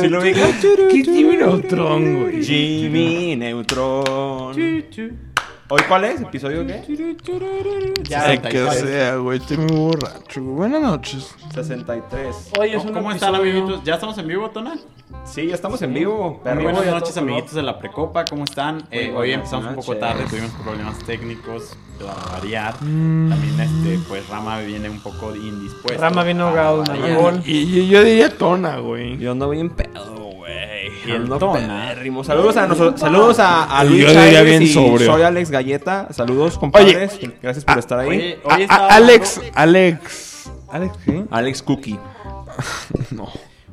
¿Sí lo vi? ¿Qué Jimmy Neutron, güey? Jimmy Neutron. ¿Hoy cuál es? ¿Episodio qué? Ya, Ay, que 34. sea, güey. Estoy muy borracho. güey. Buenas noches. 63. Hoy es un ¿Cómo están, episodio- amiguitos? ¿Ya estamos en vivo, Tona? Sí, ya estamos en vivo. perro. Muy buenas ya noches, todo amiguitos de la Precopa. ¿Cómo están? Muy Eh, hoy buenas empezamos un poco noches. tarde, tuvimos problemas técnicos para variar. También, este, pues Rama viene un poco indispuesto. Rama vino Ah, ahogado, vaya. mamón. Y, y yo diría tona, güey. Yo ando bien pedo, güey. Y el Ando tona. pedérrimo. Saludos a nosotros. Saludos a, a Yo Luis diría Chávez bien y sobrio. ah, soy Alex Galleta. Saludos, compadres. Gracias por estar ahí. Oye, A- hoy a- estaba Alex, hablando- Alex. ¿Alex qué? Alex Cookie. No.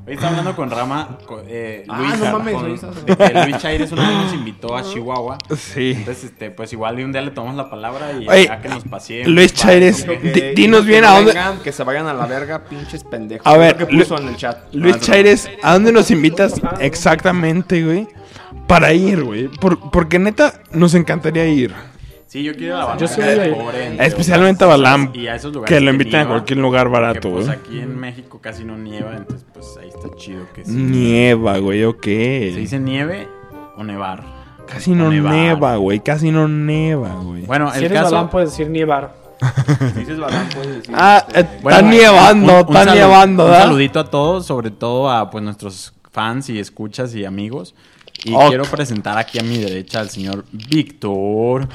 Hoy está hablando con Rama. con, eh, Ah, Luisa, no mames, con- hoy estás- de que Luis Chaires una vez nos invitó a Chihuahua. Sí. Entonces, este, pues igual de un día le tomamos la palabra y Oye, ya que nos pasee. Luis padre, Chaires, ¿no? di- dinos bien a dónde. que se vayan a la verga, pinches pendejos. A ver, ¿Qué puso Lu- en el chat? Luis Ah, no. Chaires, ¿a dónde nos invitas exactamente, güey? Para ir, güey. Por- porque neta, nos encantaría ir. Sí, yo quiero ir a la Yo barbacoa soy del de- pobre, entre Especialmente a otras Balam, cosas, y a esos lugares que lo invitan nieva, a cualquier lugar porque, barato, ¿eh? pues, güey. aquí en México casi no nieva, entonces pues ahí está chido que sí. Nieva, güey, ok. ¿Se dice nieve o nevar? Casi no o nevar. neva, güey. Casi no neva, güey. Bueno, Si el eres caso... balán, puedes decir nievar. Si dices Balán, puedes decir. ah, este, está Bueno, eh, nevando, un- un está salu- nevando, Un ¿verdad? saludito a todos, sobre todo a pues nuestros fans y escuchas y amigos. Y Ok. quiero presentar aquí a mi derecha al señor Víctor.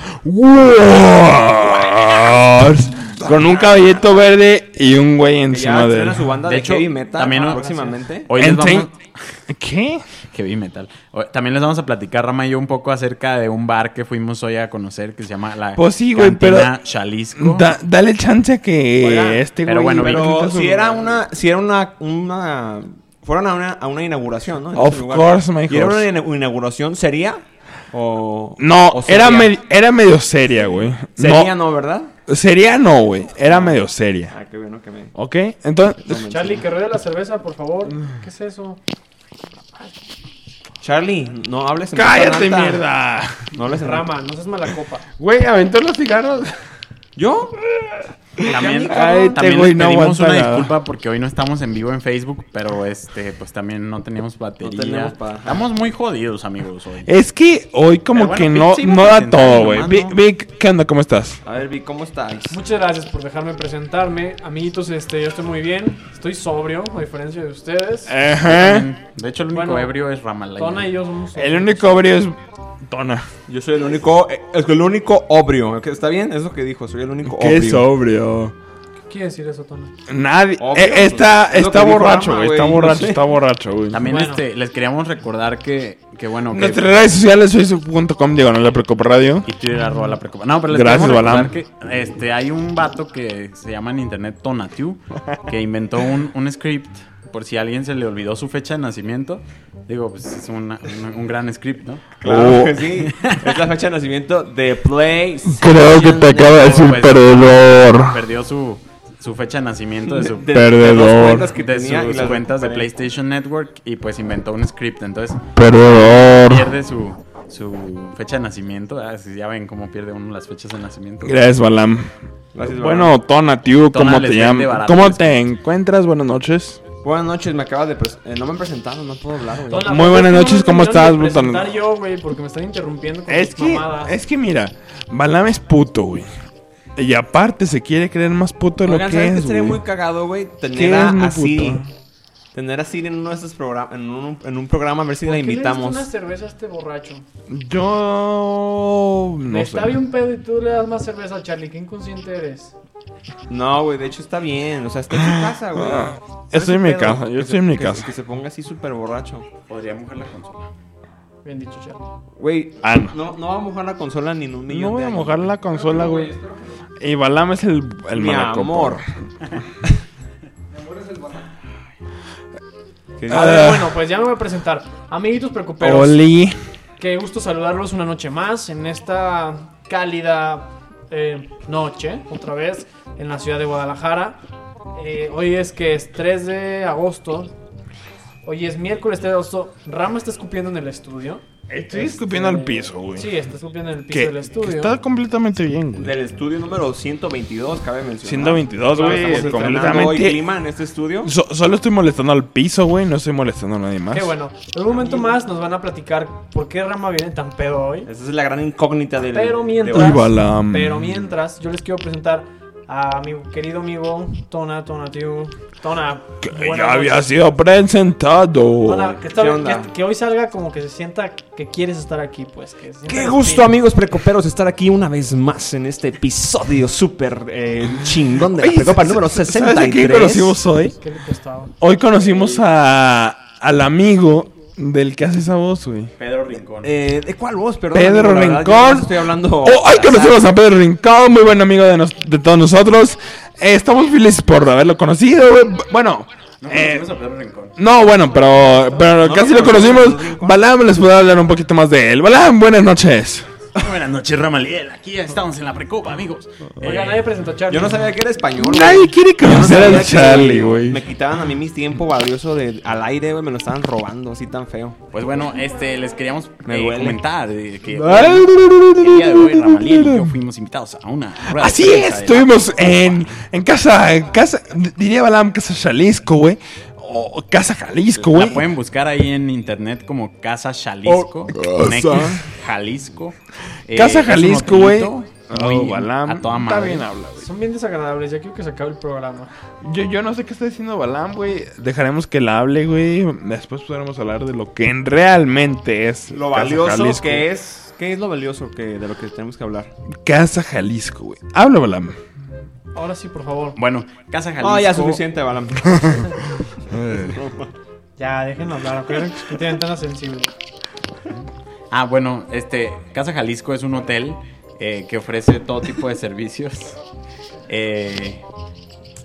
Wars, Con un caballito verde y un güey que ya encima de él. suena su banda de, De hecho, heavy metal también no- próximamente. Hoy les Entain- vamos... ¿Qué? Heavy metal. O- También les vamos a platicar, Rama y yo, un poco acerca de un bar que fuimos hoy a conocer que se llama la Pues sí, güey, Cantina Jalisco. Da- dale chance a que Oiga, este pero güey. bueno, Pero grita su- si era una, si era una, una fueron a una, a una inauguración, ¿no? En Of ese lugar. course, my ¿Y era una horse. ina- inauguración sería o No, o sería? era, medi- era medio seria, güey. sería no, ¿verdad? no. Sería no, güey. Era medio seria. Ah, qué bueno que me. ¿Ok? Entonces. no me Charlie, enseñó. que ruede la cerveza, por favor. ¿Qué es eso? Charlie, no hables en voz ¡Cállate, tan alta. mierda! No hables en Rama, no seas mala copa. Güey, aventó los cigarros. ¿Yo? También, Ay, este también güey les no pedimos aguanta una nada. disculpa porque hoy no estamos en vivo en Facebook, pero este, pues también no teníamos batería. tenemos para- Estamos muy jodidos, amigos, hoy. Es que hoy como Pero que bueno, no, Vic, sí, no vamos a da intentar todo, nomás, güey. ¿no? Vic, Vic, ¿qué onda? ¿Cómo estás? A ver, Vi, ¿cómo estás? Muchas gracias por dejarme presentarme. Amiguitos, este, yo estoy muy bien. Estoy sobrio, a diferencia de ustedes. Eh, Ajá. De hecho, el único Bueno, ebrio es Ramalay. Tona y yo somos sobrios. El único brillo es Tona. Yo soy el único, eh, el único obrio. ¿ok? ¿Está bien? Es lo que dijo. Soy el único Qué sobrio. ¿Qué quiere decir eso, Tona? Nadie. Obvio, eh, pues, está es lo está que dijo borracho, Rama, güey. güey, Está no borracho, sé. está borracho, güey. También Bueno. este, les queríamos recordar que, que bueno, que... Nuestras redes sociales facebook.com diagonal la Precopa Radio. Y Twitter arroba la preocupa. No, pero les Gracias, queremos recordar Balam. que este, hay un vato que se llama en internet Tonatiu, que inventó un, un script por si a alguien se le olvidó su fecha de nacimiento. Digo, pues es una- un, un gran script, ¿no? Claro Oh. que sí. Es la fecha de nacimiento de Play. Creo que te acaba de decir pues, perdedor. Perdió su, su fecha de nacimiento de su... De- de Perdedor. dos cuentas que de tenía y sus las cuentas de recuperé. PlayStation Network y pues inventó un script. Entonces Perdedor. pierde su, su fecha de nacimiento. Ah, sí, ya ven cómo pierde uno las fechas de nacimiento. Gracias, Balam. Gracias, Bueno, Tona, tío, Tona ¿cómo les te vende llamas? barato, ¿Cómo les- te encuentras? Buenas noches. Buenas noches, me acabas de... pres- eh, no me han presentado, no puedo hablar, güey. Tona, Muy ¿por qué buenas no noches, me ¿cómo terminaron de estás, Tona? presentar yo, güey, porque me están interrumpiendo con Es sus que, mamadas. es que mira, Balam es puto, güey. Y aparte se quiere creer más puto de lo Oigan, que ¿sabes qué es, estaría muy güey. cagado, güey? ¿Qué Tener es, a, mi a Siri. puto? Tener a Siri en uno de esos programas, en un, en un programa, a ver si ¿Por la qué le diste invitamos. una cerveza a este borracho? Yo... no sé. Está bien pedo y tú le das más cerveza a Charlie. Qué inconsciente eres. No, güey, de hecho está bien. O sea, está en su casa, güey. Ah, ¿Sabes estoy en qué mi pedo? casa, yo Que se- estoy en mi que- casa. Que se ponga así súper borracho. Podría mojar la consola. Bien dicho, Charlie. Güey, Ah, no. no, no va a mojar la consola ni en un millón No voy de a años. mojar la consola, güey. Y Balam es el, el Mi malacopa. amor. Que- Ah, A ver, bueno, pues ya me voy a presentar. Amiguitos preocuperos. Oli. Qué gusto saludarlos una noche más en esta cálida eh, noche, otra vez, en la ciudad de Guadalajara. Eh, hoy es que es 3 de agosto. Hoy es miércoles 3 de agosto. Rama está escupiendo en el estudio. Estoy Este, escupiendo al piso, güey. Sí, está escupiendo en el piso que, del que estudio. está completamente bien, güey. Del estudio número 122, cabe mencionar. 122, Claro, güey, estamos estrenando completamente- hoy clima en este estudio. So- solo estoy molestando al piso, güey. No estoy molestando a nadie más. Qué bueno. En un momento más nos van a platicar por qué Rama viene tan pedo hoy. Esa es la gran incógnita del. Pero Ahí mientras, va la- pero mientras, yo les quiero presentar a mi querido amigo Tona, Tona, tío. Tona. Que buenas ya había noches. sido presentado. Tona, que, esta- ¿Qué onda? que- que hoy salga como que se sienta que quieres estar aquí, pues. Que se sienta Qué que gusto, sí. amigos precoperos, estar aquí una vez más en este episodio súper eh, chingón de la Oye, precopa ¿sabes- número ¿Sabes a quién 63. conocimos hoy? Qué rico estaba. Hoy conocimos a, al amigo del que hace esa voz, güey. Pedro Rincón. Eh, ¿De cuál voz? Perdón, Pedro amigo, la verdad, yo Rincón. nomás Estoy hablando. Oh, hoy conocimos a Pedro Rincón, muy buen amigo de, nos- de todos nosotros. Eh, estamos felices por haberlo conocido, güey. B- Bueno, no eh, conocemos a Pedro Rincón. no, bueno, pero, pero casi lo conocimos. Balam les puede hablar un poquito más de él. Balam, buenas noches. Buenas noches, Ramaliel. Aquí estamos en la precopa, amigos. Oiga, Eh, nadie presentó a Charlie. Yo no sabía que era español. Nadie güey. quiere Yo no conocer sabía a que Charlie, güey. Me quitaban a mí mis tiempo valioso de, al aire, güey. Me lo estaban robando así tan feo. Pues bueno, este, les queríamos Me eh, duele. comentar eh, que el día de hoy Ramaliel y yo Así fuimos invitados a una rueda de prensa es, de- estuvimos en, en casa, en casa, diría Balam, casa Jalisco, güey. O casa Jalisco, La güey. pueden buscar ahí en internet como Casa Jalisco. Oh, con X, casa. Jalisco. Eh, Eh, Casa Jalisco, güey. Oh, Muy a toda Oh, Está madre. bien habla, güey. Son bien desagradables. Ya quiero que se acabe el programa. Yo, yo no sé qué está diciendo Balam, güey. Dejaremos que la hable, güey. Después podremos hablar de lo que realmente es Este, Lo Casa valioso Jalisco. que es. ¿Qué es lo valioso que, de lo que tenemos que hablar? Casa Jalisco, güey. Habla, Balam. Ahora sí, por favor. Bueno, Casa Jalisco. Ah, No, Ah, ya suficiente, Balam. Pues Ya, déjenlo hablar. Acuérdense que tienen tan sensible. Ah, bueno, este, Casa Jalisco es un hotel eh, que ofrece todo tipo de servicios. Eh,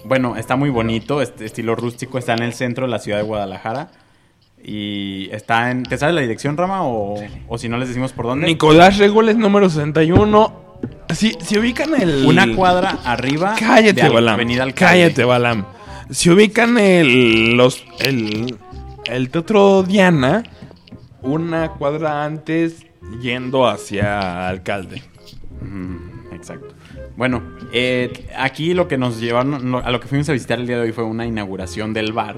bueno, está muy bonito, este estilo rústico, está en el centro de la ciudad de Guadalajara. Y está en. ¿Te sabes la dirección, Rama? O, o si no les decimos por dónde. Nicolás Regoles, número 61. Si, si ubican el. Una cuadra arriba. Cállate, de Al- Balam. Avenida Alcalde. Cállate, Balam. Si ubican el. Los, el, el Teatro Diana, una cuadra antes yendo hacia Alcalde. Ujú, Exacto. Bueno, eh, aquí lo que nos llevaron, lo- a lo que fuimos a visitar el día de hoy fue una inauguración del bar,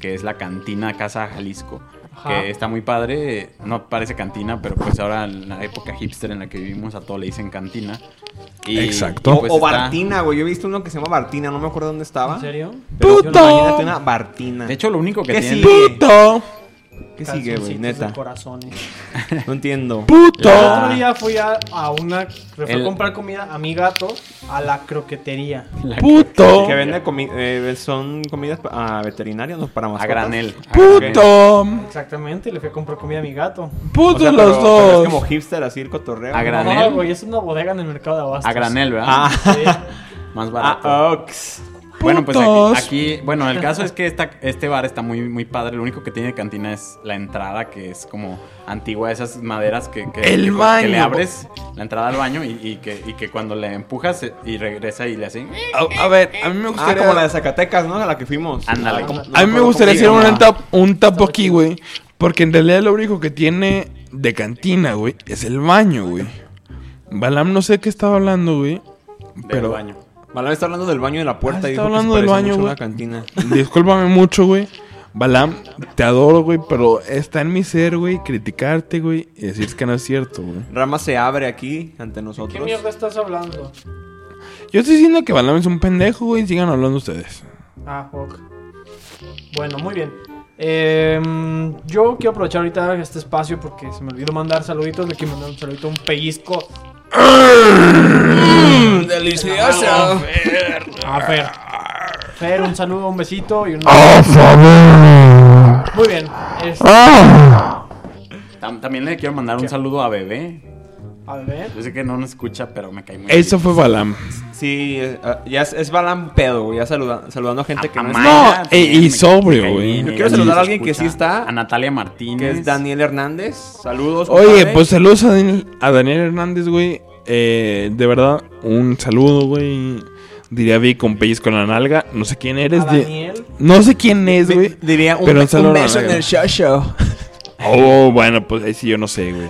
que es la cantina Casa Jalisco, Ajá. que está muy padre, eh, no parece cantina, pero pues ahora en la época hipster en la que vivimos a todo le dicen cantina. Y, Exacto. y, o, pues, o está- Bartina, güey. Yo he visto uno que se llama Bartina, no me acuerdo dónde estaba. ¿En serio? Pero ¡Puto! Imagínate una Bartina. De hecho, lo único que ¿Qué tiene... sigue? ¡Puto! ¿qué sigue, güey? Calzoncitos Neta. de corazones. No entiendo. ¡Puto! El Ah. otro día fui a, a una. Me fui El- a comprar comida a mi gato a la croquetería. la- ¡Puto! Que vende comi- eh, son comidas pa- ah, veterinarias ¿no? para A mascotas. granel. a granel. ¡Puto! Exactamente, le fui a comprar comida a mi gato. O ¡Puto sea, pero- los pero dos! es como hipster así el cotorreo. A ¿no? granel. No, güey, es una bodega en el mercado de abastos. A granel, ¿verdad? Ah, Sí. Más barato. a Ah, Ox. Bueno, pues Putos. aquí, aquí- bueno, el caso es que esta, este bar está muy, muy padre. Lo único que tiene de cantina es la entrada, que es como antigua, esas maderas que, que, El que- baño. que le abres la entrada al baño y, y que, y que cuando le empujas eh, y regresa y le así. A, a ver, a mí me Ah, gustaría. como la de Zacatecas, ¿no? A la que fuimos. Ándale. Ah, como- no A mí me acuerdo gustaría hacer cómo se un llama. tap, un tapo aquí, güey. Porque en realidad lo único que tiene de cantina, güey, es el baño, güey. Balam no sé qué estaba hablando, güey. Del Pero. baño. Malame está hablando del baño de la puerta. Ah, y está dijo que se hablando del parece mucho baño, a güey. una cantina. Discúlpame mucho, güey. Balam, te adoro, güey, pero está en mi ser, güey, criticarte, güey, y decir que no es cierto, güey. Rama se abre aquí ante ¿Qué nosotros. mierda estás hablando? Yo estoy diciendo que Balam es un pendejo, güey, sigan hablando ustedes. Ah, ok. Bueno, muy bien. Em, yo quiero aprovechar ahorita este espacio porque se me olvidó mandar saluditos. Le quiero mandar un saludito a un pellizco. Ah, Delicioso. A Fer. Fer, un saludo, un besito y un. favor! Ah. Muy bien. este, Tam- también le quiero mandar un saludo a Bebé. a ver. Yo sé que no nos escucha, pero me cae muy Eso bien. fue Balam. Sí, eh, ah, ya es, es Balam pedo, güey. Ya saluda- saludando a gente que A no es. Maya. Mayra No, también y- y me- me sobrio, cae güey. bien, Yo ella quiero sí saludar a nos alguien que sí está, A Natalia Martínez. Que es Daniel Hernández. Saludos. Oye, compadre. pues saludos a Daniel, a Daniel Hernández, güey. Eh, de verdad, un saludo, güey. Diría vi con pellizco en la nalga. No sé quién eres. A di- Daniel. No sé quién es, Di- güey. Diría un, Pero be- un saludo un a la beso en verga. el show show. Oh, bueno, pues ahí sí yo no sé, güey.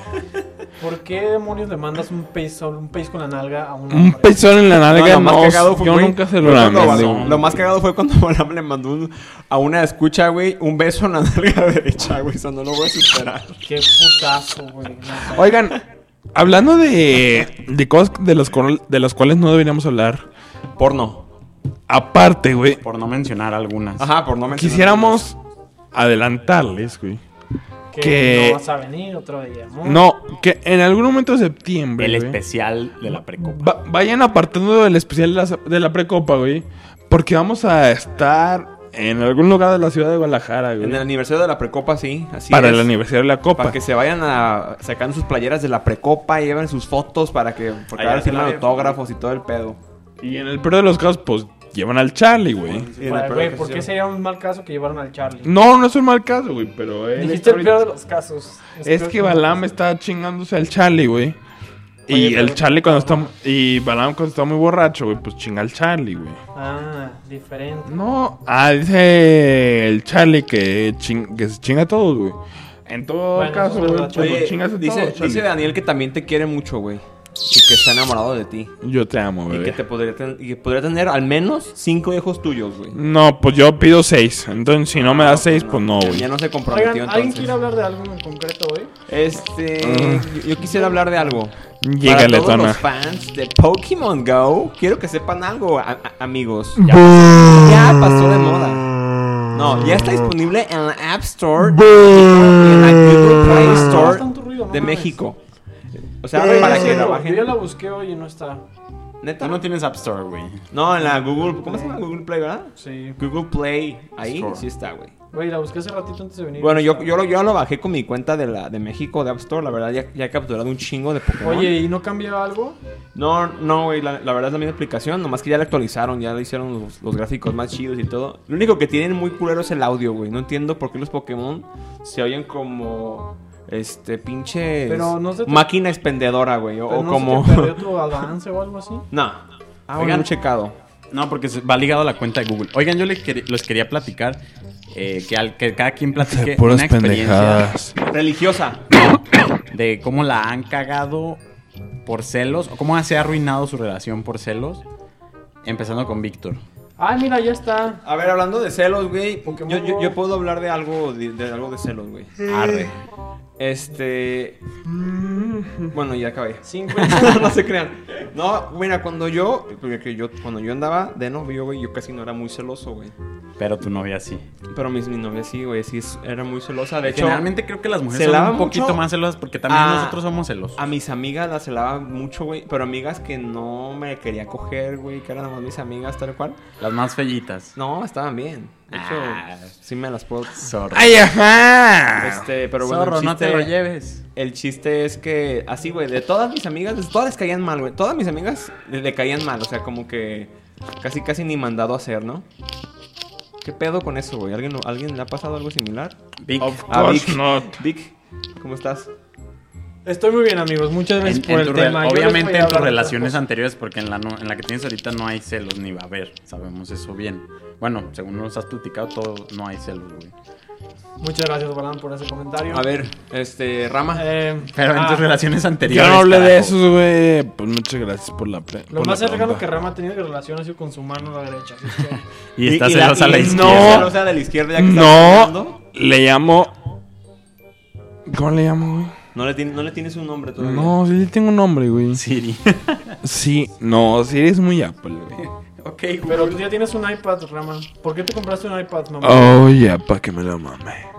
¿Por qué demonios le mandas un pezón, un pez con la nalga a una Un pareja? pezón en la nalga, no, yo güey, nunca se lo fue cuando lamé, Balam- güey. Lo más cagado fue cuando Balam le mandó un- a una escucha, güey, un beso en la nalga derecha, güey. Eso no lo voy a superar. Qué putazo, güey. neta. Oigan, hablando de, de cosas de las, cual- de las cuales no deberíamos hablar, Porno. aparte, güey, Por no mencionar algunas. Ajá, por no mencionar. quisiéramos adelantarles, güey. Que que- no vas a venir otro día. No, que en algún momento de septiembre, El güey, especial de la precopa. va- vayan apartando del especial de la, de la precopa, güey, porque vamos a estar en algún lugar de la ciudad de Guadalajara, En el güey, aniversario de la precopa, sí. Así para es. el aniversario de la copa. Para que se vayan a sacar sus playeras de la precopa y lleven sus fotos para que porque Allá van a se la firmar ve. autógrafos y todo el pedo. Y en el peor de los casos, pues llevan al Charlie, güey. Y en el Güey, peor Güey, caso, ¿por qué sí. sería un mal caso que llevaron al Charlie? No, no es un mal caso, güey, pero él Dijiste está el peor de ahorita- los casos. Este, Es que Balam está chingándose al Charlie, güey. Oye, Y pero- el Charlie cuando está y Balam cuando está muy borracho, güey, pues chinga al Charlie, güey. Ah, diferente. No, ah, dice el Charlie que, chin- que se chinga a todos, güey. En todo Bueno, caso, eso es güey, verdad, pues Charlie. lo Oye, chingas a dice, todos, Charlie. dice Daniel que también te quiere mucho, güey. Y que está enamorado de ti. Yo te amo, Y güey. que te podría, ten- y que podría tener al menos cinco hijos tuyos, güey. No, pues yo pido seis. Entonces, si no me das seis, pues no, Ya güey. no se comprometió Oigan, ¿alguien entonces. quiere hablar de algo en concreto hoy? Este, yo, yo quisiera hablar de algo. Para Llégale, todos Tona. los fans de Pokémon Go, quiero que sepan algo, a- a- amigos. Ya. Ya pasó de moda. No, ya está disponible en la App Store y en la Google Play No, es Store Ah, tanto ruido, no de mames. México. O sea, Yo para ya que sé, la Yo ya bajen. la busqué hoy y no está. ¿Neta? Tú no tienes App Store, güey. No, en la Google. ¿Cómo se llama Google Play, verdad? Sí. Google Play. Ahí Store. sí está, güey. Güey, la busqué hace ratito antes de venir. Bueno, yo, yo, lo, yo lo bajé con mi cuenta de la de México de App Store. La verdad, ya, ya he capturado un chingo de Pokémon. Oye, ¿y no cambió algo? No, no, güey, la, la verdad es la misma aplicación, nomás que ya la actualizaron, ya le hicieron los, los gráficos más chidos y todo. Lo único que tienen muy culero es el audio, güey. No entiendo por qué los Pokémon se oyen como este pinche Pero no se te- máquina expendedora, güey, o, Pero o no como se te perdió tu avance o algo así? No. Oigan, bueno. no Ah, he checado. No, porque se- va ligado a la cuenta de Google. Oigan, yo les, quer- los quería platicar eh, que, al, que cada quien platique Puras una experiencia pendejadas. Religiosa. de cómo la han cagado por celos o cómo se ha arruinado su relación por celos. Empezando con Víctor. Ah, mira, ya está. A ver, hablando de celos, güey, yo, Pokémon yo- Go. yo puedo hablar de algo de, de algo de celos, güey. Arre. Este, Mm. bueno, ya acabé. 50. no se crean. No, mira, cuando yo, porque yo, cuando yo andaba de novio, güey, yo casi no era muy celoso, güey. Pero tu novia sí. Pero mis, mi novia sí, güey, sí es- era muy celosa. De hecho, Generalmente creo que las mujeres se son lava un poquito mucho Ah. más celosas porque también a- nosotros somos celosos. a mis amigas las celaba mucho, güey. Pero amigas que no me quería coger, güey, que eran nada más mis amigas, tal cual. Las más fellitas. No, estaban bien. De hecho, Ah. sí me las puedo. Zorro. ¡Ay, ajá! Este, pero bueno, el Zorro, no te chiste- lo lleves. El chiste es que, así, güey, de todas mis amigas, de todas les caían mal, güey. Todas mis amigas le, le caían mal, o sea, como que casi, casi ni mandado a hacer, ¿no? ¿Qué pedo con eso, güey? ¿Alguien, lo- ¿Alguien le ha pasado algo similar? Vic. Of Ah, course Vic. not. Vic, ¿cómo estás? Estoy muy bien, amigos. Muchas En- gracias en por el tu re- tema. Yo les voy a obviamente en hablar de tus otra relaciones cosa. anteriores, porque en la, no- en la que tienes ahorita no hay celos ni va a haber, sabemos eso bien. Bueno, según nos has platicado, todo no hay celos, güey. Muchas gracias, Balán, por ese comentario. A ver, este, Rama. Eh, Pero en ah, tus relaciones anteriores. Yo no hablé de carajo. eso, güey. Pues muchas gracias por la pre por Lo más la cercano que pregunta. Rama ha tenido de relación ha sido con su mano a la derecha. así que- Y está la- celosa a la y- izquierda. No, sea de la izquierda ya que estamos hablando. No, le llamo. ¿Cómo le llamo, güey? No le, tiene- no le tienes un nombre todavía. No, sí, tengo un nombre, güey. Sí, Siri. no, sí eres muy Apple, güey. ok, güey. Pero tú ya tienes un iPad, Rama. ¿Por qué te compraste un iPad, mamá? Oh, ya, para que me lo mame.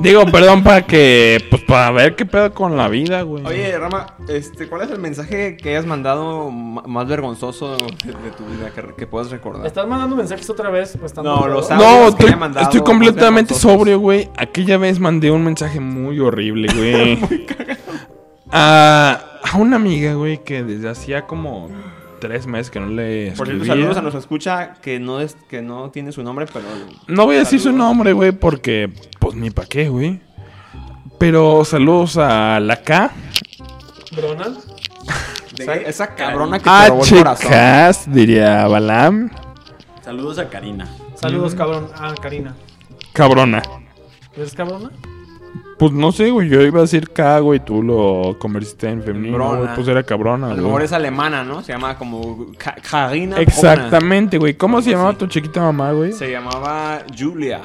Digo, perdón, para que. Pues para ver qué pedo con la vida, güey. Oye, Rama, este, ¿cuál es el mensaje que hayas mandado ma- más vergonzoso de, de tu vida que, que puedas recordar? ¿Estás mandando mensajes otra vez? Pues, tan No, duro? los amo. No, audios que estoy, haya mandado, estoy no completamente sean sobrio, güey. Aquella vez mandé un mensaje muy horrible, güey. a, a una amiga, güey, que desde hacía como tres meses que no le Por cierto, escribía. saludos a nuestra escucha que no, es, que no tiene su nombre, pero... No voy a decir su Saludos. nombre, güey, porque pues ni pa' qué, güey. Pero saludos a la K. ¿Donald? Esa, esa cabrona que te A robó el corazón. Ah, chicas, diría Balam. Saludos a Karina. Mm. Saludos, cabrón. Ah, Karina. Cabrona. ¿Eres cabrona? Pues no sé, güey. Yo iba a decir cago y tú lo convertiste en femenino. Brona. güey, Pues era cabrona, A güey. lo mejor es alemana, ¿no? Se llama como Ka- Karina. Brona. Exactamente, güey. ¿Cómo se Algo llamaba así. tu chiquita mamá, güey? Se llamaba Julia.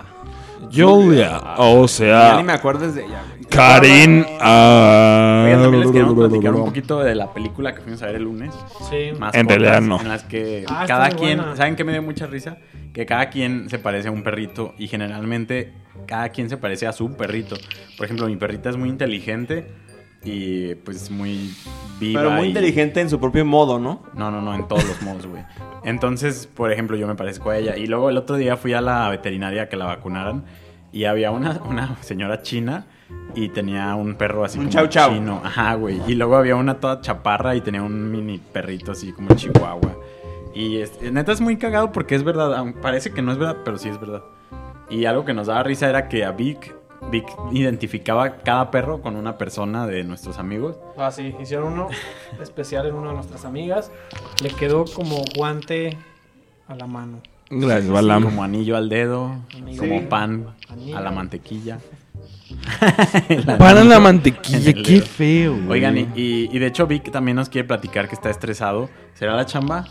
Julia. O Ya ni me sea, acuerdes de ella. güey. Ah. Karin. ah, Oigan, también les queremos platicar un poquito de la película que fuimos a ver el lunes. Sí. Mascotas, En realidad, no. En las que Ah, está cada muy quien, buena. ¿saben qué me dio mucha risa? Que cada quien se parece a un perrito y generalmente cada quien se parece a su perrito. Por ejemplo, mi perrita es muy inteligente y pues muy viva. Pero muy y- inteligente en su propio modo, ¿no? No, no, no, en todos los modos, güey. Entonces, por ejemplo, yo me parezco a ella. Y luego el otro día fui a la veterinaria a que la vacunaran y había una, una señora china y tenía un perro así Un como chau chau. chino. Ajá, güey. Y luego había una toda chaparra y tenía un mini perrito así como chihuahua. Y es- eh, neta es muy cagado porque es verdad. aun- Parece que no es verdad, pero sí es verdad. Y algo que nos daba risa era que a Vic, Vic identificaba cada perro con una persona de nuestros amigos. Ah, sí, hicieron uno especial en una de nuestras amigas. Le quedó como guante a la mano. Gracias, Sí, Balam. Como anillo al dedo, Anillo. como Sí. pan Anillo. a la mantequilla. Para la en mantequilla, el qué dedo. feo. güey. Oigan, y, y- y de hecho Vic también nos quiere platicar que está estresado. ¿Será la chamba?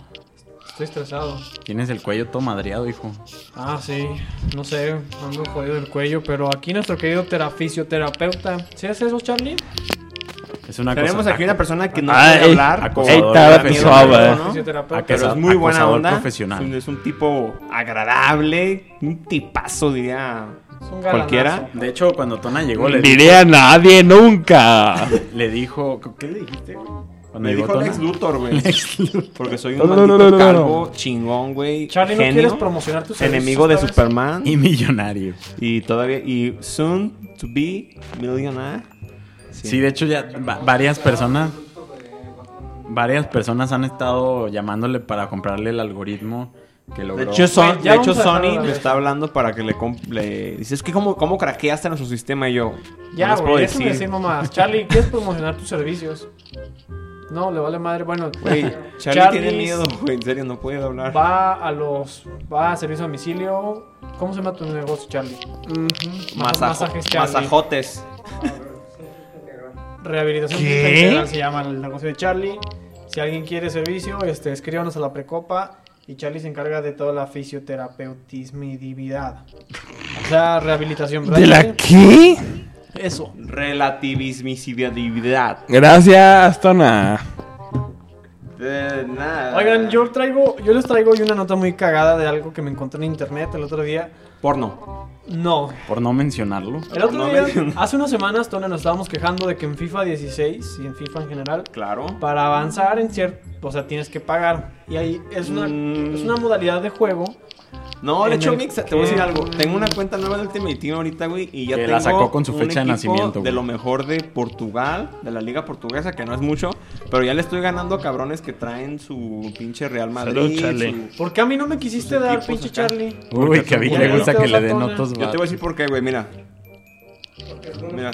Estoy estresado. Tienes el cuello todo madreado, hijo. Ah, sí, no sé, ando jodido del cuello, pero aquí nuestro querido tera- fisioterapeuta. ¿Sí es eso, Charlie? Es una Tenemos cosa... aquí una persona que no Ah, puede eh, hablar. acosador. como- Ey, estaba miedo, pesado, ¿no? Fisioterapeuta. Acá Pero es Acosador- muy buena onda. profesional. Es un, es un tipo agradable, un tipazo, diría Es un galanazo. cualquiera. De hecho, cuando Tona llegó, le, Diré a nadie nunca. le dijo... ¿Qué le dijiste, güey? Cuando Me dijo Lex Luthor, güey. Porque soy un No, no, no, no, maldito no, calvo, chingón, güey. Charlie, ¿no genio, quieres promocionar tus servicios Enemigo de esta vez? Superman. Y millonario. Y todavía. Y soon to be millionaire. Sí, de hecho ya va- varias personas varias personas han estado llamándole para comprarle el algoritmo que De logró. hecho, Son- Güey, ya de hecho, vamos a dejarlo Sony de me eso. está hablando para que le, com- le- dice, es que cómo, cómo craqueaste nuestro sistema y yo. no Ya, les puedo güey, eso me decir. decir nomás. Charlie, ¿quieres promocionar tus servicios? No, le vale madre. Bueno, eh, Güey, Charlie, Charlie tiene miedo, güey, en serio, no puede hablar. Va a los. Va a servicio a domicilio. ¿Cómo se llama tu negocio, Charlie? Masajo- Masajes Charlie. masajotes. Rehabilitación ¿Qué? integral se llama el negocio de Charlie. Si alguien quiere servicio, este, escríbanos a la precopa y Charlie se encarga de toda la fisioterapeutismidividad. O sea, rehabilitación. ¿verdad, ¿De la Charlie? qué? Eso. Relativismisividad. Gracias, Tona. De nada. Oigan, yo traigo, yo les traigo hoy una nota muy cagada de algo que me encontré en internet el otro día. Porno. No. Por no mencionarlo. El otro No día, me- hace unas semanas, Tony, nos estábamos quejando de que en FIFA 16 y en FIFA en general, Claro. para avanzar en cierto, o sea, tienes que pagar. Y ahí es una, Mm. es una modalidad de juego No, En de hecho, el Mix, te voy a decir que- algo. Tengo una cuenta nueva de Ultimate Team ahorita, güey, y ya Que tengo la sacó con su un fecha de equipo nacimiento, De güey. lo mejor de Portugal, de la liga portuguesa, que no es mucho, pero ya le estoy ganando a cabrones que traen su pinche Real Madrid. Salud, Charlie. su- ¿Por qué a mí no Pues me quisiste dar, equipos pinche acá. Charlie? Uy, que a mí tú- le gusta Porque que tú- le den Tona. otros Yo te voy a vatos. decir por qué, güey, mira. Mira.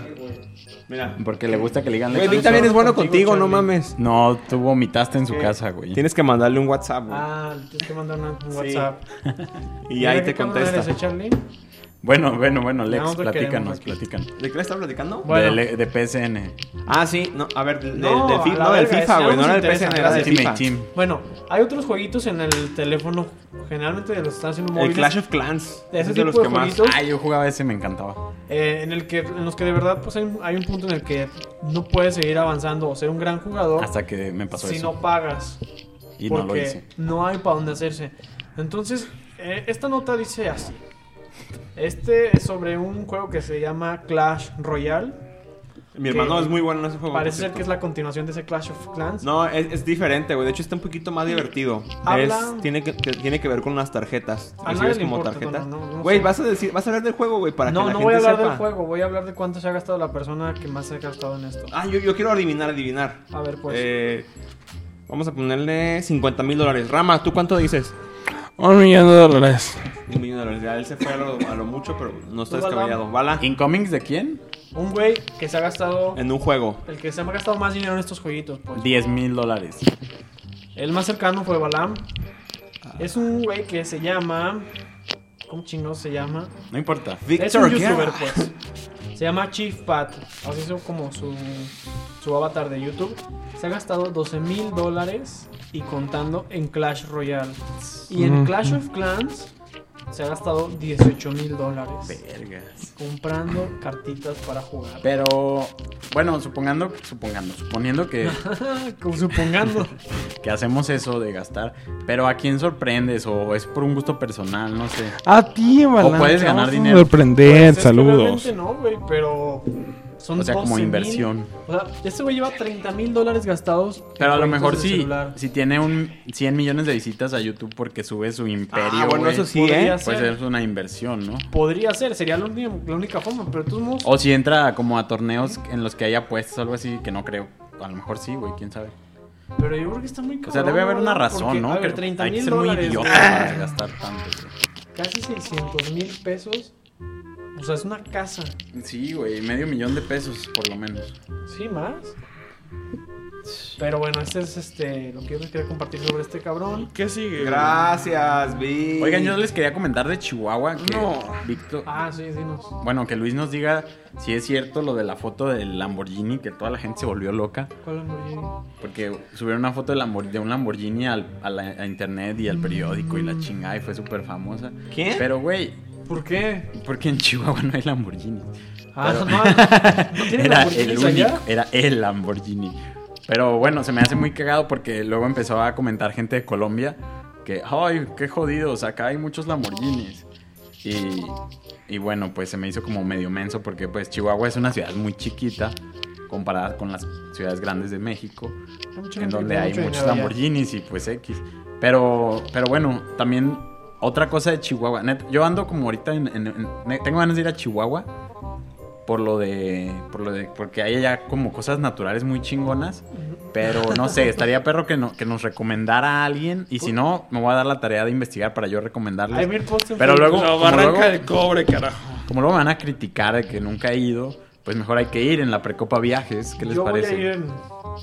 Mira. Porque le gusta que le digan Güey, Lex Vic también es Luthor. bueno Contigo, contigo, no Charlie. mames. No, tú vomitaste en su ¿Qué? casa, güey. Tienes que mandarle un WhatsApp, güey. Ah, le tienes que mandar una- un WhatsApp. y ahí Mira, te ¿qué cámara contesta. eres, eh, Charlie? Bueno, bueno, bueno, No, Lex, te queremos platícanos, aquí. platícanos. ¿De qué le estás platicando? Bueno. De, le- de PSN. Ah, sí, no, a ver, del- No, del, a fi- la no, del verga, FIFA, si güey, no no nos era del interesa, PSN, era del gracias. FIFA. Team. Bueno, hay otros jueguitos en el teléfono, generalmente los están haciendo El móviles. Clash of Clans. Ese es tipo de los de que más. jueguitos. Ah, yo jugaba ese, me encantaba. eh, en, el que, en los que de verdad pues hay, un- hay un punto en el que no puedes seguir avanzando o ser un gran jugador Hasta que me pasó si eso. no pagas. y no porque lo hice. no hay para dónde hacerse. Entonces, eh, esta nota dice así. Este es sobre un juego que se llama Clash Royale. Mi hermano que es muy bueno en ese juego. Parece por ser que es cierto. la continuación de ese Clash of Clans. Oh, No, es, es diferente, güey. De hecho, está un poquito más divertido. Habla- Es, tiene, que, que- tiene que ver con las tarjetas. A nadie Recibes le como importa, tarjetas. no, no, no Güey, sé. vas a decir, vas a hablar del juego, güey, para no, que la no gente voy a hablar sepa. del juego, voy a hablar de cuánto se ha gastado la persona que más se ha gastado en esto. Ah, yo, yo quiero adivinar, adivinar. A ver, pues. Eh, vamos a ponerle 50 mil dólares. Rama, ¿tú cuánto dices? Un millón de dólares. Un millón de dólares. Ya él se fue a lo, a lo mucho, pero no está Tú, Bala. descabellado. Bala, ¿Incomings de quién? Un güey que se ha gastado. en un juego. El que se ha gastado más dinero en estos jueguitos, pues. 10 mil dólares. El más cercano fue Balam. Ah. Es un güey que se llama. ¿Cómo chingados se llama? No importa. Victor es un youtuber, Guerra. pues. Se Se llama Chief Pat. Así es como su, su avatar de YouTube. Se ha gastado 12 mil dólares y contando en Clash Royale. Y en Clash of Clans se ha gastado 18 mil dólares Vergas. comprando cartitas para jugar. Pero, bueno, supongando, supongando, suponiendo que, Como Supongando. que hacemos eso de gastar, pero ¿a quién sorprendes? ¿O es por un gusto personal? No sé. A ti, Balancha. puedes ganar vamos a dinero. Sorprender, Pues es que saludos. realmente no, güey, pero son O sea, como 12,000. inversión. O sea, este güey lleva 30 mil dólares gastados. en Pero a lo jueguitos mejor de si, celular. si tiene un 100 millones de visitas a YouTube porque sube su imperio, Ah, bueno, güey, eso sí, Podría ¿eh? pues ser. es una inversión, ¿no? Podría ser, sería la única, la única forma, pero de todos modos. O si entra como a torneos en los que haya apuestas o algo así, que no creo. A lo mejor sí, güey, quién sabe. Pero yo creo que está muy caro. O sea, debe haber una razón, ¿no? A Que ver, 30 hay que mil ser muy dólares. idiota güey. para gastar tanto, Casi 600 mil pesos. O sea, es una casa. güey. Sí, güey, medio millón de pesos por lo menos. Sí, más. Pero bueno, este es este, lo que yo les quería compartir sobre este cabrón. ¿Qué sigue? Gracias, Vi. Oigan, yo les quería comentar de Chihuahua que No. Víctor, Ah, sí, dinos. bueno, que Luis nos diga si es cierto lo de la foto del Lamborghini que toda la gente se volvió loca. ¿Cuál Lamborghini? Porque subieron una foto de, Lambor- de un Lamborghini al, a, la, a internet y al periódico y la chingada y fue súper famosa. ¿Quién? Pero, güey, ¿Por qué? porque en Chihuahua no hay Lamborghini. Ah, Pero- no, no Era tienen el Lamborghinis único, allá? era el Lamborghini. Pero bueno, se me hace muy cagado porque luego empezó a comentar gente de Colombia que, ay, qué jodidos, acá hay muchos Lamborghinis. Y, y bueno, pues se me hizo como medio menso porque pues Chihuahua es una ciudad muy chiquita comparada con las ciudades grandes de México. Hay mucha en gente que donde tiene hay mucho muchos dinero allá. Lamborghinis y pues X. Pero, pero bueno, también otra cosa de Chihuahua. Neta, yo ando como ahorita en, en- en- tengo ganas de ir a Chihuahua por lo de por lo de porque hay allá como cosas naturales muy chingonas, pero no sé, estaría perro que no, que nos recomendara a alguien y si no me voy a dar la tarea de investigar para yo Hay recomendarles. mil posts en Pero Facebook. luego La como barranca luego- del cobre, carajo. Como luego me van a criticar de que nunca he ido, pues mejor hay que ir en la Precopa Viajes, ¿qué les Yo parece? voy a ir en,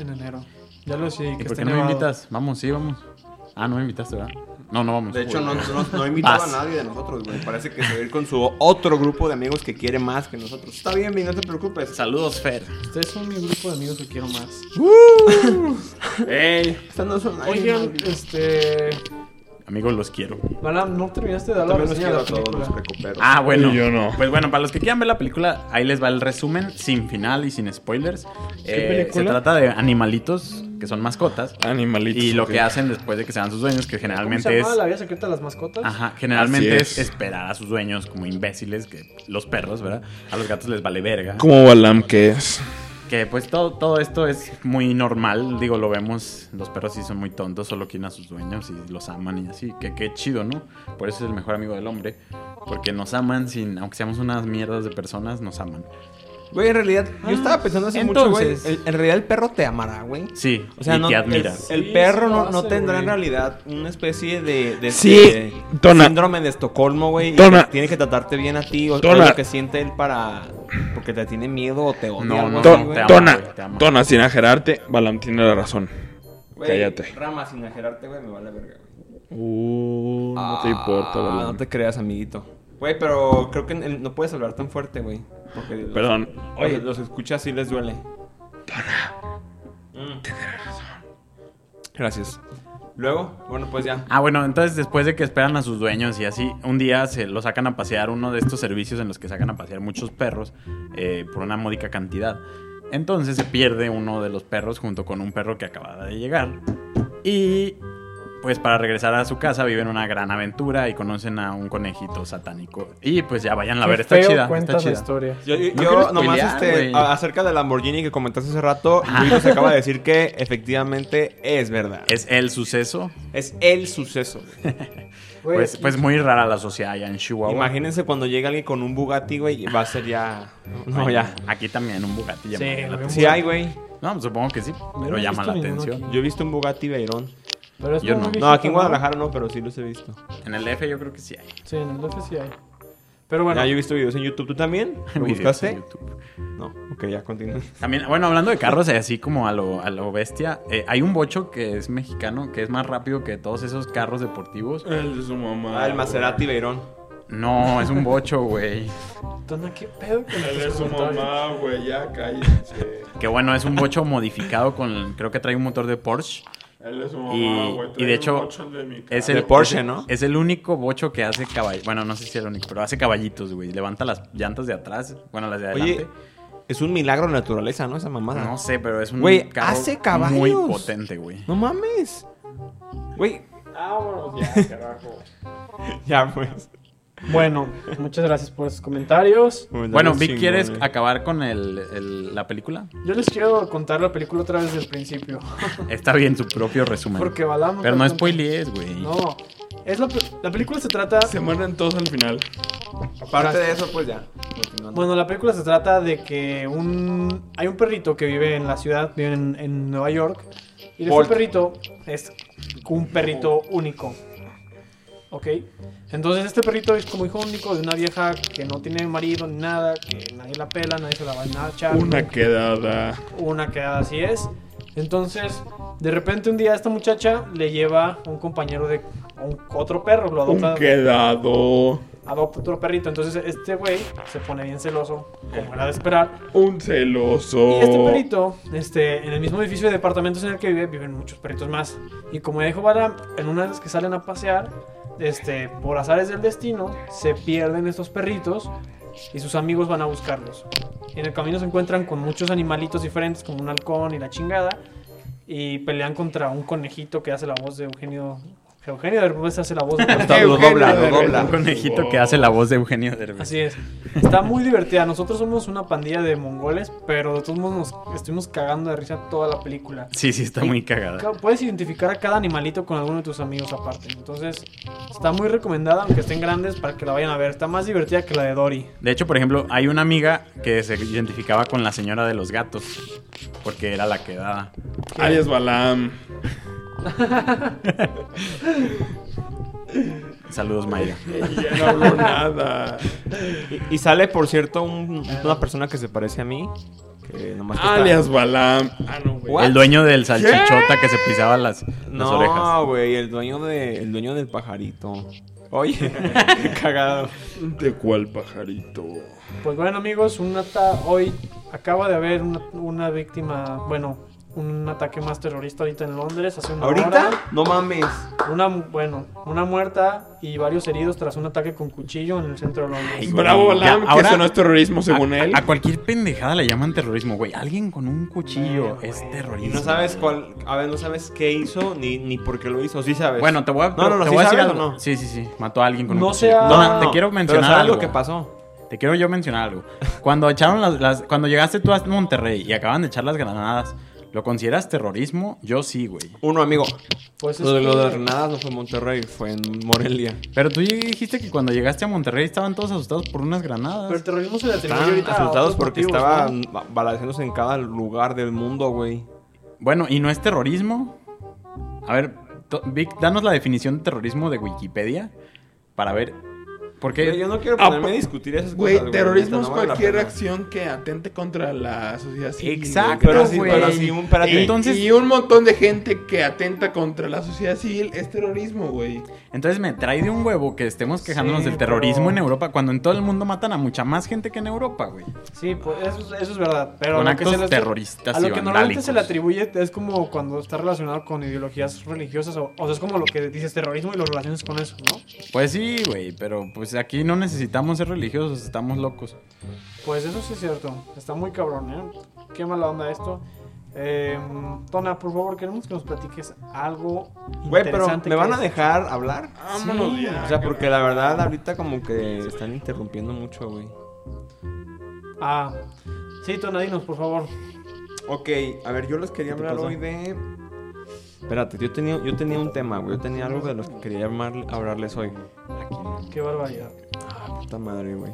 en enero. Ya lo este sé. ¿Y por qué no me invitas? Vamos, sí, vamos. Ah, no me invitaste, ¿verdad? No, no vamos. De hecho, no, no, no invitaba a Vas. nadie de nosotros, güey. Parece que se va a ir con su otro grupo de amigos que quiere más que nosotros. Está bien, Vi, no te preocupes. Saludos, Fer. Ustedes son mi grupo de amigos que quiero más. Ey. Estas no son ay, Oigan, no, este. Amigos, los quiero. Balam, no terminaste de dar la También los reseña de quiero la a todos, los película. recupero. Ah, bueno. Y yo no. Pues bueno, para los que quieran ver la película, ahí les va el resumen, sin final y sin spoilers. Eh, se película? trata de animalitos que son mascotas. Animalitos. Y lo que ok. hacen después de que sean sus dueños, que ¿Cómo se generalmente es. llamaba la vida secreta de las mascotas? Ajá, generalmente Así es. es. esperar a sus dueños como imbéciles, que los perros, ¿verdad? A los gatos les vale verga. Como Balam que es. Que pues todo, todo esto es muy normal, digo, lo vemos, los perros sí son muy tontos, solo quieren a sus dueños y los aman y así, que qué chido, ¿no? Por eso es el mejor amigo del hombre, porque nos aman sin, aunque seamos unas mierdas de personas, nos aman. Güey, en realidad, yo Ah. estaba pensando hace mucho, güey. entonces- el- En realidad, el perro te amará, güey. Sí, O sea, y no, te admira. es- el Sí, perro sí lo no, no hace, tendrá en güey. realidad una especie de, de Sí, este Tona. síndrome de Estocolmo, güey. y Tona. que Tiene que tratarte bien a ti o, o Tona. lo que siente él para... Porque te tiene miedo o te odia. No, algo no, así, Ton- güey. te ama, güey, tona, te ama. tona, sin ajerarte, Balam tiene la razón. Güey, cállate. Rama, sin ajerarte, güey, me vale verga, güey. Uh, no te importa, Ah, Balam. No te creas, amiguito. Güey, pero creo que n- no puedes hablar tan fuerte, güey. Porque los- Perdón. Oye, los escuchas y les duele. Mm. Gracias. Luego, bueno, pues ya. Ah, bueno, entonces después de que esperan a sus dueños y así, un día se lo sacan a pasear, uno de estos servicios en los que sacan a pasear muchos perros eh, por una módica cantidad. Entonces se pierde uno de los perros junto con un perro que acababa de llegar. Y pues para regresar a su casa viven una gran aventura y conocen a un conejito satánico. Y pues ya vayan a ver, está Qué feo chida. Está cuentas la chida. historia. Yo, yo- No yo quiero nomás spoilear, este, güey. a- acerca del Lamborghini que comentaste hace rato, Luis nos acaba de decir que efectivamente es verdad. Es, Es el suceso. el suceso. Güey, Pues, pues muy rara la sociedad allá en Chihuahua. Imagínense cuando llega alguien con un Bugatti, güey, va a ser ya... No, Ay, ya. Aquí también un Bugatti llama Sí, la güey. Sí hay, güey. atención. No, supongo que sí, no pero he llama visto la ninguno atención. Yo he visto un Bugatti Veyron. Pero es yo muy no. viejito, No, aquí en Guadalajara no, pero sí los he visto. En el F yo creo que sí hay. Sí, en el DF sí hay. Pero bueno, Ya, yo he visto videos en YouTube. ¿Tú también? ¿Lo videos buscaste? en YouTube. No. Ok, ya continúa. También, bueno, hablando de carros eh, así como a lo, a lo bestia, eh, hay un bocho que es mexicano, que es más rápido que todos esos carros deportivos. El de su mamá. Ah, el Maserati Veyron. No, es un bocho, güey. Tona, ¿qué pedo con Él estos es su comentarios? mamá, güey, ya cállate. Que bueno, es un bocho modificado con. Creo que trae un motor de Porsche. Él es su mamá, Y- güey. y trae de un hecho, bocho de mi Es casa. el, De Porsche, es- ¿no? Es el único bocho que hace caballitos. Bueno, no sé si es el único, pero hace caballitos, güey. Levanta las llantas de atrás, bueno, las de adelante. Oye, es un milagro de naturaleza, ¿no? Esa mamada. no sé, pero es un Güey, carro hace caballos. muy potente, güey. No mames. Güey. Vámonos ya. Ya, pues. Bueno, muchas gracias por esos comentarios. Bueno, Vic, ¿quieres eh. acabar con el- el- la película? Yo les quiero contar la película otra vez desde el principio. Está bien su propio resumen. Porque balamos. Pero no spoilees, güey. No. Es la, pe- la película se trata. Se mueren todos al final. Aparte de eso, pues ya. Bueno, la película se trata de que un hay un perrito que vive en la ciudad, vive en, en Nueva York. Y ese Bolt. perrito es un perrito único. ¿Ok? Entonces este perrito es como hijo único de una vieja que no tiene marido ni nada, que nadie la pela, nadie se la va a echar. Una quedada. Una quedada, así es. Entonces, de repente un día esta muchacha le lleva un compañero de un, otro perro, lo adopta Un quedado. adopta otro perrito. Entonces este güey se pone bien celoso, como era de esperar. Un celoso. Y este perrito, este, en el mismo edificio de departamentos en el que vive, viven muchos perritos más. Y como dijo Balam, en una de las que salen a pasear, este, por azares del destino, se pierden estos perritos y sus amigos van a buscarlos. En el camino se encuentran con muchos animalitos diferentes, como un halcón y la chingada, y pelean contra un conejito que hace la voz de Eugenio. Eugenio Derbez hace la voz de Lo dobla, lo Eugenio dobla. Un conejito que hace la voz de Eugenio Derbez. Así es. Está muy divertida. Nosotros somos una pandilla de mongoles, pero de todos modos nos estuvimos cagando de risa toda la película. Sí, sí, está muy cagada. Ca- Puedes identificar a cada animalito con alguno de tus amigos aparte. Entonces, está muy recomendada, aunque estén grandes, para que la vayan a ver. Está más divertida que la de Dory. De hecho, por ejemplo, hay una amiga que se identificaba con la señora de los gatos. Porque era la quedada. Arias Balam. Saludos, Mayra. Ya no habló nada. Pues, Y, y sale, por cierto, un- una persona que se parece a mí. Que nomás que está- Alias Balam. Ah, no, ¿What? El dueño del salchichota que se pisaba las, las orejas. No, güey, el dueño de, el dueño del pajarito. Oye, qué cagado. ¿De cuál pajarito? Pues bueno, amigos, un ata- hoy acaba de haber una, una víctima, bueno, un ataque más terrorista ahorita en Londres, hace una hora. Ahorita, no mames. Una, bueno, una muerta y varios heridos tras un ataque con cuchillo en el centro de Londres. Ay, güey. Bravo Ya, Balam, que ahora- eso no es terrorismo según a, él. a cualquier pendejada le llaman terrorismo, güey. Alguien con un cuchillo Bueno, es güey. Y terrorismo. no sabes cuál, a ver, no sabes qué hizo ni, ni por qué lo hizo. Sí sabes. Bueno, te voy a, No, no, no, te ¿sí voy a decir sabes o algo. no? Sí, sí, sí. Mató a alguien con No un cuchillo. sea- No, No, te quiero mencionar pero ¿sabes algo. lo que pasó. Te quiero yo mencionar algo. Cuando echaron las, las- cuando llegaste tú a Monterrey y acaban de echar las granadas, ¿lo consideras terrorismo? Yo sí, güey. Uno, amigo. Pues es Lo de lo que- de las granadas no fue en Monterrey, fue en Morelia. Pero tú dijiste que cuando llegaste a Monterrey estaban todos asustados por unas granadas. Pero el terrorismo se le atribuye Estaban ahorita a asustados otros porque motivos, estaban ¿no? balanceándose en cada lugar del mundo, güey. Bueno, ¿y no es terrorismo? A ver, to- Vic, danos la definición de terrorismo de Wikipedia para ver. Porque Güey, Yo no quiero Ah, ponerme a pa- discutir esas cosas. Güey, terrorismo neta, no vale es la cualquier pena. acción que atente contra la sociedad civil. Exacto, güey. Pero así, güey. pero así, un Y- espérate. Entonces- y un montón de gente que atenta contra la sociedad civil es terrorismo, güey. entonces me trae de un huevo que estemos quejándonos Sí, del terrorismo pero- en Europa cuando en todo el mundo matan a mucha más gente que en Europa, güey. Sí, pues eso, es- eso es verdad. Pero Con lo que actos se le- terroristas A lo y que normalmente vandálicos. se le atribuye es como cuando está relacionado con ideologías religiosas. O, o sea, es como lo que dices terrorismo y lo relacionas con eso, ¿no? Pues sí, güey, pero pues aquí no necesitamos ser religiosos, estamos locos. Pues eso sí es cierto. Está muy cabrón, ¿eh? Qué mala onda esto. Eh, Tona, por favor, queremos que nos platiques algo Güey, pero interesante. ¿me que van a es- dejar hablar? Vámonos Sí, ya. O sea, porque la verdad ahorita como que están interrumpiendo mucho, güey. Ah, sí, Tona, dinos, por favor. Ok, a ver, yo les quería ¿Qué te hablar pasa? hoy de... Espérate, yo tenía, yo tenía un tema, güey. Yo tenía algo de los que quería hablar- hablarles hoy. Qué barbaridad. Puta madre, güey.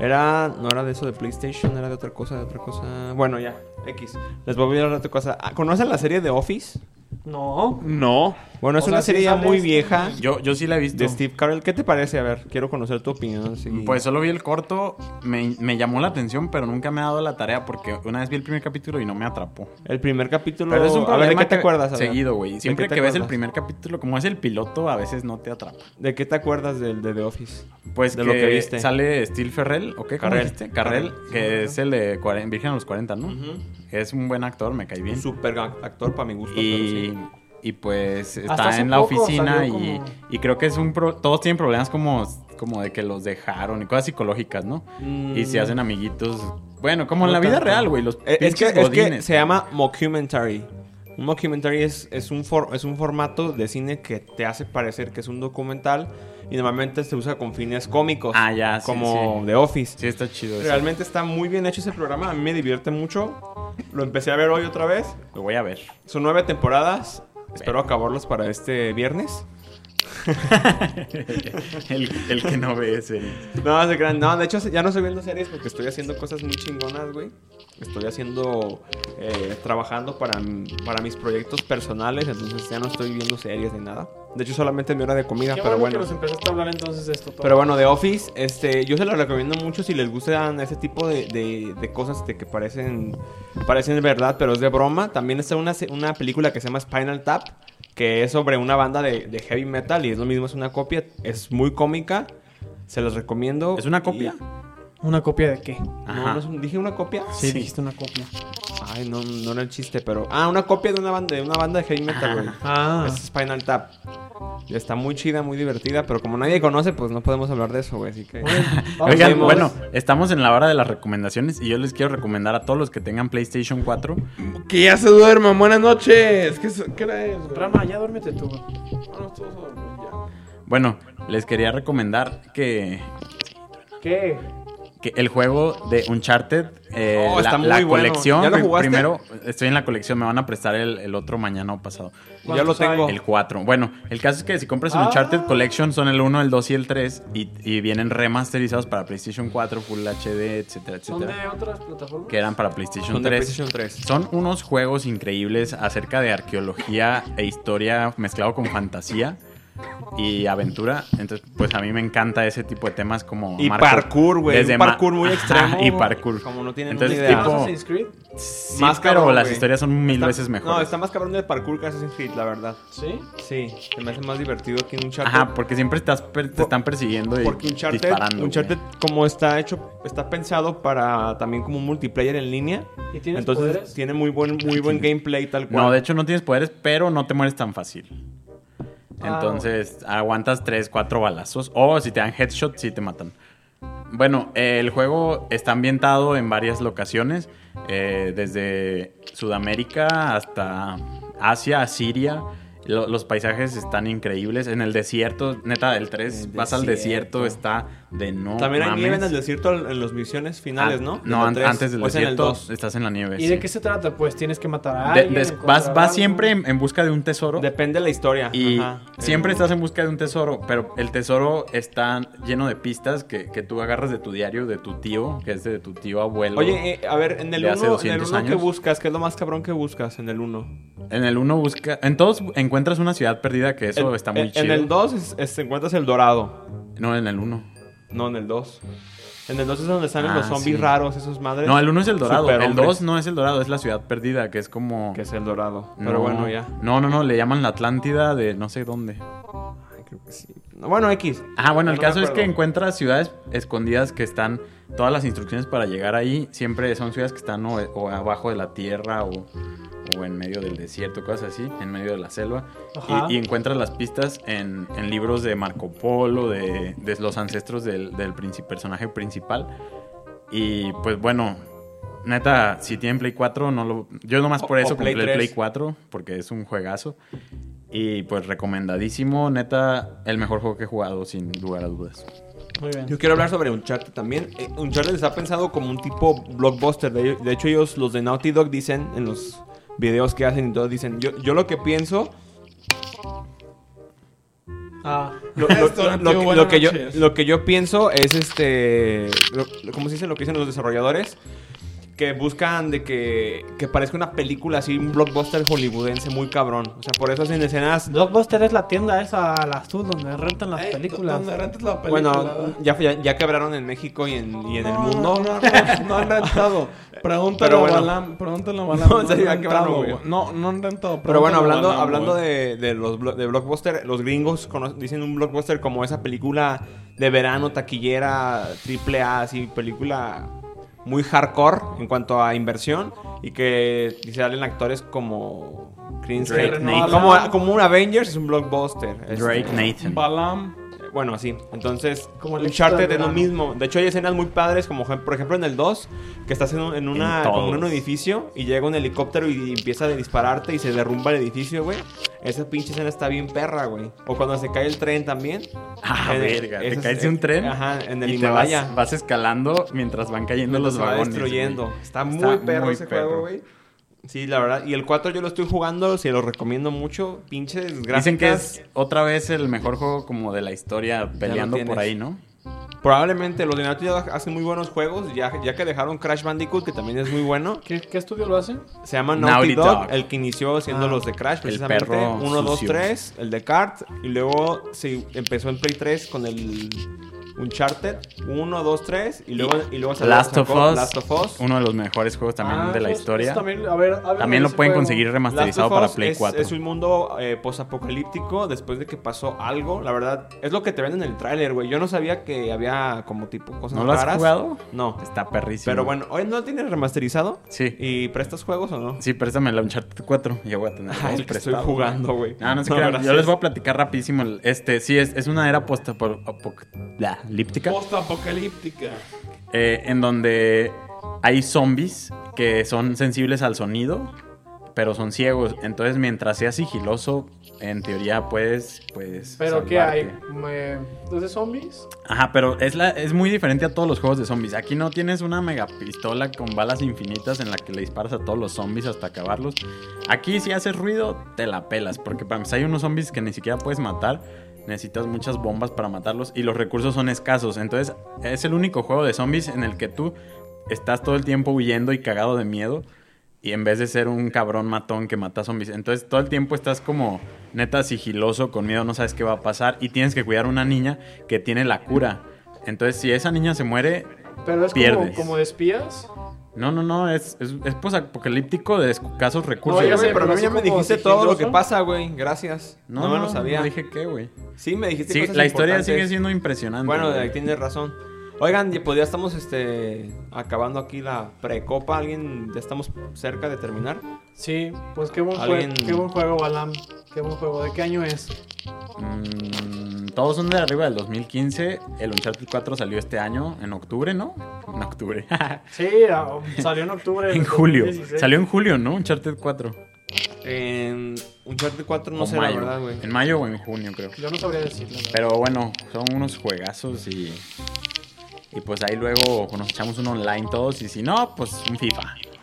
Era, no era de eso de PlayStation, era de otra cosa, de otra cosa. Bueno, ya, X. Les voy a hablar de otra cosa. Ah, ¿Conocen la serie de Office? No. No. Bueno, es O sea, una sí serie ya sale muy este- vieja Yo, yo sí la he visto. de Steve Carell. ¿Qué te parece? A ver, quiero conocer tu opinión. sí. Pues solo vi el corto, me, me llamó la atención, pero nunca me ha dado la tarea porque una vez vi el primer capítulo y no me atrapó. El primer capítulo. Pero es un a problema ver, ¿de qué te que- acuerdas? A ver, Seguido, güey. ¿de Siempre qué te que ves el acuerdas? primer capítulo, como es el piloto, a veces no te atrapa. ¿De qué te acuerdas del de The Office? Pues De que lo que viste. sale Steel Ferrell, ¿o qué? ¿Cómo Carrell. dijiste? Carrell, Carrell. que es el de 40 Virgen a los 40, ¿no? Es un buen actor, me cae bien. Un super actor para mi gusto. pero y, sí. y pues Hasta está hace en la poco oficina y, salió como- y creo que es un pro- todos tienen problemas como, como de que los dejaron y cosas psicológicas, ¿no? Y se hacen amiguitos. Bueno, como en No la vida tanto. real, güey. Los Eh, Es que, pinches es que godines. se llama mockumentary. Un mockumentary es, es, un for- es un formato de cine que te hace parecer que es un documental y normalmente se usa con fines cómicos. Ah, ya, sí, Como sí. The Office. Sí, está chido eso. Realmente está muy bien hecho ese programa. A mí me divierte mucho. Lo empecé a ver hoy otra vez. Lo voy a ver. Son nueve temporadas. Espero acabarlos para este viernes. el, el que no ve ese. No, no se crean. No, de hecho ya no estoy viendo series porque estoy haciendo cosas muy chingonas, güey. Estoy haciendo, eh, trabajando para, m- para mis proyectos personales, entonces ya no estoy viendo series ni nada. De hecho solamente es mi hora de comida, Qué pero bueno. bueno, que nos empezaste a hablar entonces de esto. Tom. Pero bueno, The Office, este, yo se lo recomiendo mucho si les gustan ese tipo de, de- de cosas de que parecen, parecen verdad, pero es de broma. También está una, se- una película que se llama Spinal Tap, que es sobre una banda de, de heavy metal y es lo mismo, es una copia, es muy cómica. Se los recomiendo. ¿Es una copia? Y- ¿Una copia de qué? No, no es un- dije una copia. Sí, dijiste una copia. Ay, no, no era el chiste, pero. Ah, una copia de una banda de, una banda de heavy metal, güey. Ah. Es Spinal Tap. Está muy chida, muy divertida, pero como nadie conoce, pues no podemos hablar de eso, güey. Así que. Vamos, Oigan, vamos. bueno, estamos en la hora de las recomendaciones y yo les quiero recomendar a todos los que tengan PlayStation 4. Que ya se duerman. Buenas noches. ¿Qué, es- qué hora es, güey? Rama, ya duérmete tú. güey. Vámonos todos a dormir, ya. Bueno, les quería recomendar que, ¿Qué? que el juego de Uncharted, eh, Oh, la, está muy la bueno. colección, ¿Ya lo pri- jugaste? primero, estoy en la colección, me van a prestar el, el otro mañana o pasado. Ya lo ¿Cuántos hay? tengo. El 4. Bueno, el caso es que si compras el Ah. Uncharted Collection son el 1, el 2 y el 3 y, y vienen remasterizados para PlayStation 4, Full HD, etcétera, ¿Son de etcétera. otras plataformas? Que eran para PlayStation Son de 3. PlayStation 3. Son unos juegos increíbles acerca de arqueología e historia mezclado con fantasía y aventura. Entonces, pues a mí me encanta ese tipo de temas como Y Marco. parkour, güey. Desde Un ma- parkour muy Ajá, extremo. y parkour. Como no tienen Entonces, una ¿Tipo idea. tipo- Assassin's Creed? Sí, Más pero cabrón, las güey. historias son mil Está- veces mejores. No, está más cabrón el parkour que Assassin's Creed, la verdad. ¿Sí? Sí, se me hace más divertido que un Uncharted. Ajá, porque siempre estás per- te están persiguiendo y Porque Uncharted, disparando. güey. Uncharted como está hecho, está pensado para también como un multiplayer en línea. ¿Y tienes Entonces poderes? tiene muy buen, muy buen gameplay tal cual. No, de hecho no tienes poderes, pero no te mueres tan fácil. Ah, Entonces aguantas 3, 4 balazos. O si te dan headshot, sí te matan. Bueno, eh, el juego está ambientado en varias locaciones. eh, desde Sudamérica hasta Asia, Siria. Lo- los paisajes están increíbles. En el desierto, neta, el 3, El vas al desierto, desierto. está de no También hay nieve en mames. el desierto en en las misiones finales, Ah, ¿no? No, En an- el tres, antes del o es en el desierto dos. estás en la nieve. ¿Y sí. de qué se trata? Pues tienes que matar a De- alguien. des- encontrar vas, vas algo. siempre en, en busca de un tesoro. Depende de la historia. Y Ajá. Eh, siempre El- estás en busca de un tesoro, pero el tesoro está lleno de pistas que, que tú agarras de tu diario, de tu tío, que es de tu tío abuelo. Oye, eh, a ver, en el de hace 1 en el 200 uno que años. buscas, ¿qué es lo más cabrón que buscas en el 1? en el uno busca... En todos encuentras una ciudad perdida, que eso está muy en, chido. En el 2 encuentras el dorado. No, en el uno. No, en el 2. En el 2 es donde salen Ah, los zombies sí. raros, esos madres. No, el uno es el dorado. El Superhombres. dos no es el dorado, es la ciudad perdida, que es como... Que es el dorado. Pero No, bueno, ya. No, no, no, le llaman la Atlántida de no sé dónde. Ay, creo que sí. No, Bueno, X. Ah, bueno, el No me caso es que acuerdo. encuentras ciudades escondidas que están, todas las instrucciones para llegar ahí siempre son ciudades que están o, o abajo de la tierra o, o en medio del desierto, cosas así, en medio de la selva. Ajá. Y, y encuentras las pistas en, en libros de Marco Polo, de, de los ancestros del, del princi- personaje principal. Y pues bueno, neta, si tienen Play 4, no lo, yo nomás por O- eso o Play compré el Play 3. 4, porque es un juegazo. Y pues recomendadísimo, neta, el mejor juego que he jugado, sin lugar a dudas. Muy bien. Yo quiero hablar sobre Uncharted también. Eh, Uncharted está pensado como un tipo blockbuster. De, de hecho, ellos, los de Naughty Dog, dicen en los videos que hacen y todo, dicen: Yo, yo lo que pienso, Ah, lo, lo- Esto, lo- lo tío, que- buenas lo que yo, noches. lo que yo pienso es este. Como ¿Cómo se dice? Lo que dicen los desarrolladores. que buscan de que, que parezca una película así, un blockbuster hollywoodense muy cabrón. O sea, por eso hacen escenas... Blockbuster es la tienda esa, la azul, donde rentan las Eh, películas. donde rentas la película, Bueno, ¿verdad? ya, ya, ya quebraron en México y en, y en el No, mundo. No, no, no, no han rentado. Pregúntale Pero bueno. a Balam. Pregúntale a No, Balam. en No, han serio, ya rentado, quebraron, güey. güey. no, no han rentado. Pero bueno, Pregúntale a hablando, Balam, hablando güey. de, de los blo- de blockbuster, los gringos cono- dicen un blockbuster como esa película de verano, taquillera, triple A, así, película muy hardcore en cuanto a inversión y que y salen actores como Chris Drake Hemsworth. Nathan. Como, como un Avengers es un blockbuster. Este, Drake Nathan. Balam. Eh, Bueno, así. Entonces, Como como el Uncharted éxito es del lo verano. mismo. De hecho, hay escenas muy padres, como ejem- por ejemplo en el 2, que estás en un, en una, En como en todos. un edificio y llega un helicóptero y empieza a dispararte y se derrumba el edificio, güey. Esa pinche escena está bien perra, güey. O cuando se cae el tren también. Ah, En- verga. Te esas- caes de un tren. Ajá, en el y te vas, Himalaya. vas escalando mientras van cayendo Mientras los se va vagones. destruyendo. güey. Está muy perro muy ese perro. juego, güey. Sí, la verdad. Y el 4 yo lo estoy jugando, se lo recomiendo mucho. Pinches gráficas. Dicen que es otra vez el mejor juego como de la historia peleando por tienes. ahí, ¿no? Probablemente los de Naughty Dog hacen muy buenos juegos, ya, ya que dejaron Crash Bandicoot, que también es muy bueno. ¿Qué, qué estudio lo hace? Se llama Naughty, Naughty Dog, Dog. el que inició haciendo Ah. los de Crash, precisamente. perro 1, 2, sucio. 3, el de Kart. Y luego se empezó en Play 3 con el Uncharted. 1, 2, 3. Y luego, y luego sacó- Last of sacó Us. Last of Us. Uno de los mejores juegos también Ah, de la eso- eso historia. También, También, a ver, háblenme de lo ese pueden juego. conseguir remasterizado Last of para Us Play es, 4. Es un mundo eh, posapocalíptico después de que pasó algo. La verdad, es lo que te venden en el tráiler, güey. Yo no sabía que había como tipo cosas ¿No lo has raras. jugado? No. Está perrísimo. Pero bueno, hoy no lo tienes remasterizado. Sí. ¿Y prestas juegos o no? Sí, préstame la Uncharted 4. Ya voy a tener. Ay, dos el que estoy prestados. jugando, güey. Ah, no sé gracias. Yo les voy a platicar rapidísimo. el- Este, sí, es, es una era post-apocalíptica. Post-apocalíptica. eh, en donde hay zombies que son sensibles al sonido, pero son ciegos. Entonces, mientras seas sigiloso, en teoría puedes. puedes Pero ¿qué Ah, pues, salvarte. hay? Me- ¿Entonces zombies? Ajá, pero es, la, es muy diferente a todos los juegos de zombies. Aquí no tienes una mega pistola con balas infinitas en la que le disparas a todos los zombies hasta acabarlos. Aquí si haces ruido, te la pelas. Porque para empezar hay unos zombies que ni siquiera puedes matar. Necesitas muchas bombas para matarlos y los recursos son escasos. Entonces es el único juego de zombies en el que tú estás todo el tiempo huyendo y cagado de miedo. Y en vez de ser un cabrón matón que mata zombies. Entonces todo el tiempo estás como neta sigiloso, con miedo, no sabes qué va a pasar. Y tienes que cuidar a una niña que tiene la cura. Entonces si esa niña se muere... Pero es como, Pierdes. como de espías. No, no, no, es, es, es posapocalíptico de escasos No, recursos. ya Oye, sé, güey. pero a mí ya así me como dijiste todo lo sigiloso. que pasa, güey. Gracias. No, me lo sabía. No dije qué, güey. Sí, me dijiste Sí, cosas la historia sigue importantes. siendo impresionante. Bueno, güey. de- tienes razón. Oigan, y pues ya estamos este, acabando aquí la precopa. ¿Alguien? Ya estamos cerca de terminar. Sí, pues qué buen, Alguien- juego, qué buen juego, Balam. Qué buen juego. ¿De qué año es? Mm, todos son de arriba del 2015. El Uncharted 4 salió este año, en octubre, ¿no? En octubre. Sí, ah, salió en octubre. del en julio. 2016. Salió en julio, ¿no? Uncharted 4. En Uncharted 4 no O sé la mayo. verdad, güey. En mayo o en junio, creo. Yo no sabría decirlo. la Pero bueno, son unos juegazos y. Y pues ahí luego nos echamos un online todos. Y si no, pues un FIFA.